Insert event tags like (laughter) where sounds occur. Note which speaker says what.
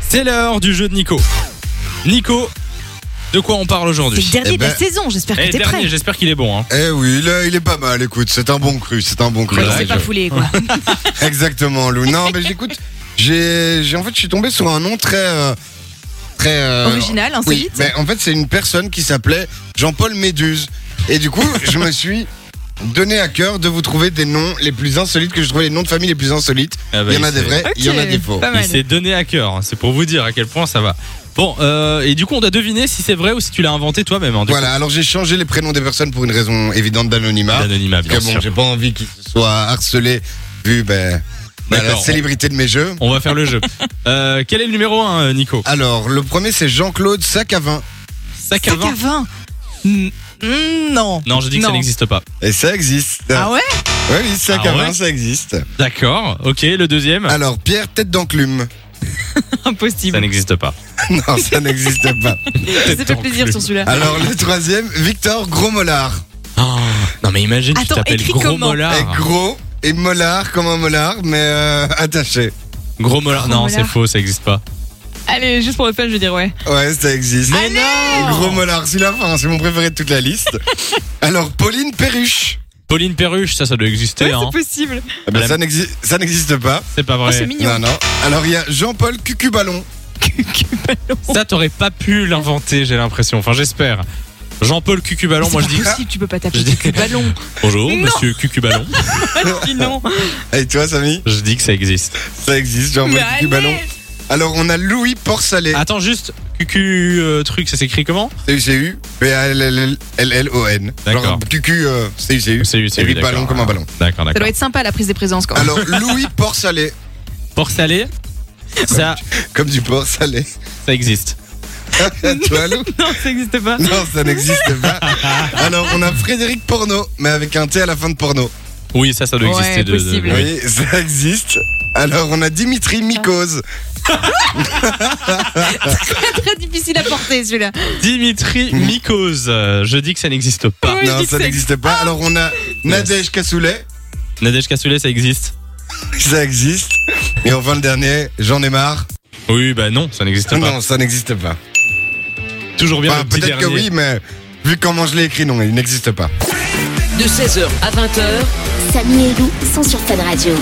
Speaker 1: C'est l'heure du jeu de Nico. Nico, de quoi on parle
Speaker 2: C'est
Speaker 1: aujourd'hui
Speaker 2: le dernier
Speaker 3: Eh
Speaker 2: de la
Speaker 3: ben-
Speaker 2: saison, j'espère
Speaker 1: Eh,
Speaker 2: que t'es
Speaker 1: dernier,
Speaker 2: prêt.
Speaker 1: j'espère qu'il est bon. hein.
Speaker 3: Eh oui, là, il est pas mal, écoute, c'est un bon cru, c'est un bon cru.
Speaker 2: Ouais,
Speaker 1: Ouais,
Speaker 2: il s'est
Speaker 1: je-
Speaker 2: pas foulé quoi.
Speaker 3: (laughs) Exactement, Lou. Non, mais j'écoute, j'ai, j'ai- en fait, je suis tombé sur un nom très, euh, très euh,
Speaker 2: Original,
Speaker 3: Oui,
Speaker 2: insolite.
Speaker 3: mais en fait, c'est une personne qui s'appelait Jean-Paul Méduse. Et du coup, je me suis donné à cœur de vous trouver des noms les plus insolites, que je trouvais les noms de famille les plus insolites.
Speaker 1: Ah bah,
Speaker 3: il y en a
Speaker 1: il
Speaker 3: des
Speaker 1: s'est-
Speaker 3: vrais, il y en a
Speaker 2: Ok,
Speaker 3: des faux.
Speaker 2: Pas
Speaker 1: Il
Speaker 2: mal.
Speaker 1: s'est donné à cœur. hein. C'est pour vous dire à quel point ça va. Bon, euh, et du coup, on doit deviner si c'est vrai ou si tu l'as inventé toi-même. hein, du
Speaker 3: Voilà, alors j'ai changé les prénoms des personnes pour une raison évidente
Speaker 1: coup.
Speaker 3: d'anonymat.
Speaker 1: L'anonymat, bien
Speaker 3: Parce que Ah,
Speaker 1: sûr.
Speaker 3: bon, j'ai pas envie qu'ils soient harcelés vu ben, ben, la
Speaker 1: D'accord.
Speaker 3: célébrité de mes jeux.
Speaker 1: On va faire
Speaker 3: (laughs)
Speaker 1: le jeu. Euh, quel est le numéro 1, Nico
Speaker 3: Alors, le premier, c'est Jean-Claude Sacavin.
Speaker 1: Sac à
Speaker 2: Sac à
Speaker 1: vin. Hmm,
Speaker 2: vin. Mm, mm, Non.
Speaker 1: Non, je dis que ça
Speaker 2: Non.
Speaker 1: n'existe pas.
Speaker 3: Et ça existe.
Speaker 2: Ah ouais
Speaker 1: (laughs)
Speaker 3: Ouais, oui, sac
Speaker 1: Ah
Speaker 3: à vin,
Speaker 1: ouais
Speaker 3: ça existe.
Speaker 1: D'accord. Ok, le
Speaker 2: Ah.
Speaker 1: deuxième.
Speaker 3: Alors, Pierre, tête d'enclume. (laughs)
Speaker 1: Ça
Speaker 2: Impossible.
Speaker 1: n'existe pas.
Speaker 3: non, ça n'existe pas.
Speaker 2: Ça fait plaisir sur celui-là.
Speaker 1: Ah.
Speaker 3: Alors, le troisième, Victor Gros Mollard. Ah.
Speaker 1: Oh, non, mais imagine, tu
Speaker 2: Attends,
Speaker 1: t'appelles
Speaker 2: écris
Speaker 1: Gros
Speaker 2: comment
Speaker 1: Mollard.
Speaker 3: Et gros et mollard, comme un mollard, mais euh, attaché.
Speaker 1: Gros Mollard.
Speaker 2: Gros
Speaker 1: Non, c'est
Speaker 2: Mollard.
Speaker 1: faux, ça n'existe pas.
Speaker 2: Allez, juste pour le fun, je vais dire ouais.
Speaker 3: Ouais, ça existe.
Speaker 1: Mais non
Speaker 3: Gros mollard, c'est la fin, c'est mon préféré de toute
Speaker 2: (laughs)
Speaker 3: la liste. Alors, Pauline Perruche.
Speaker 1: Pauline Perruche, ça, ça doit exister.
Speaker 2: Ouais,
Speaker 1: hein.
Speaker 2: c'est possible.
Speaker 3: Eh ben,
Speaker 1: La-
Speaker 3: ça n'exi- ça n'existe pas.
Speaker 1: C'est pas
Speaker 2: Oh, c'est
Speaker 1: vrai.
Speaker 2: mignon.
Speaker 3: Non, non. Alors, il y a Jean-Paul Cucuballon.
Speaker 1: ça, t'aurais pas pu l'inventer, j'ai l'impression. Enfin, j'espère. Jean-Paul Cucuballon,
Speaker 2: C'est
Speaker 1: moi je
Speaker 2: pas
Speaker 1: dis.
Speaker 2: possible, tu peux pas
Speaker 1: Je
Speaker 2: t'appeler
Speaker 1: dis- (laughs)
Speaker 2: du ballon.
Speaker 1: Bonjour,
Speaker 2: Non.
Speaker 1: monsieur Cucuballon.
Speaker 2: Dis non.
Speaker 3: Et toi, Samy
Speaker 1: Je dis que ça existe.
Speaker 3: Ça existe, Jean-Paul
Speaker 2: Mais allez
Speaker 3: Cucuballon. Alors, on a Louis Porsalé.
Speaker 1: Attends, juste, Cucu euh, truc, ça s'écrit comment
Speaker 3: C-U-C-U, B-A-L-L-L-O-N.
Speaker 1: D'accord.
Speaker 3: Genre, Cucu, euh,
Speaker 1: (laughs)
Speaker 3: C-U-C-U.
Speaker 1: C'est lui, c'est
Speaker 3: Et
Speaker 1: lui,
Speaker 3: puis ballon
Speaker 1: d'accord.
Speaker 3: comme un ballon.
Speaker 1: D'accord,
Speaker 2: Ça
Speaker 1: d'accord.
Speaker 2: doit être sympa la prise des présences quand même.
Speaker 3: Alors, Louis Port Salé.
Speaker 1: Port salé, ça,
Speaker 3: Comme du port (laughs) salé.
Speaker 1: ça existe.
Speaker 3: Toi, Lou
Speaker 2: Non, ça n'existe pas.
Speaker 3: Non, ça n'existe pas. Alors, on a Frédéric Porno, mais avec un T à la fin de porno.
Speaker 1: Oui, ça, ça doit
Speaker 2: Ouais,
Speaker 1: exister. de- de-
Speaker 2: possible.
Speaker 3: Vous
Speaker 1: oui.
Speaker 3: voyez, ça existe. Alors, on a Dimitri Mycose.
Speaker 2: (laughs) Très difficile à porter celui-là.
Speaker 1: Dimitri Mikos, euh, je dis que ça n'existe pas.
Speaker 2: Ouais, je
Speaker 3: non,
Speaker 2: dis que
Speaker 3: ça
Speaker 2: c'est-
Speaker 3: n'existe pas. Alors, on
Speaker 1: Ah.
Speaker 3: a Nadège Cassoulet.
Speaker 1: Nadège Cassoulet, ça existe
Speaker 3: Ça existe. Et enfin, le dernier, j'en ai marre.
Speaker 1: Oui, bah non, Bah, ça n'existe pas.
Speaker 3: Non, ça n'existe pas.
Speaker 1: Toujours bien
Speaker 3: Enfin,
Speaker 1: le petit
Speaker 3: Peut-être
Speaker 1: dernier.
Speaker 3: que oui, mais vu comment je l'ai écrit, non, il n'existe pas.
Speaker 4: De 16h à 20h,
Speaker 5: Samy et Lou sont sur Fun Radio.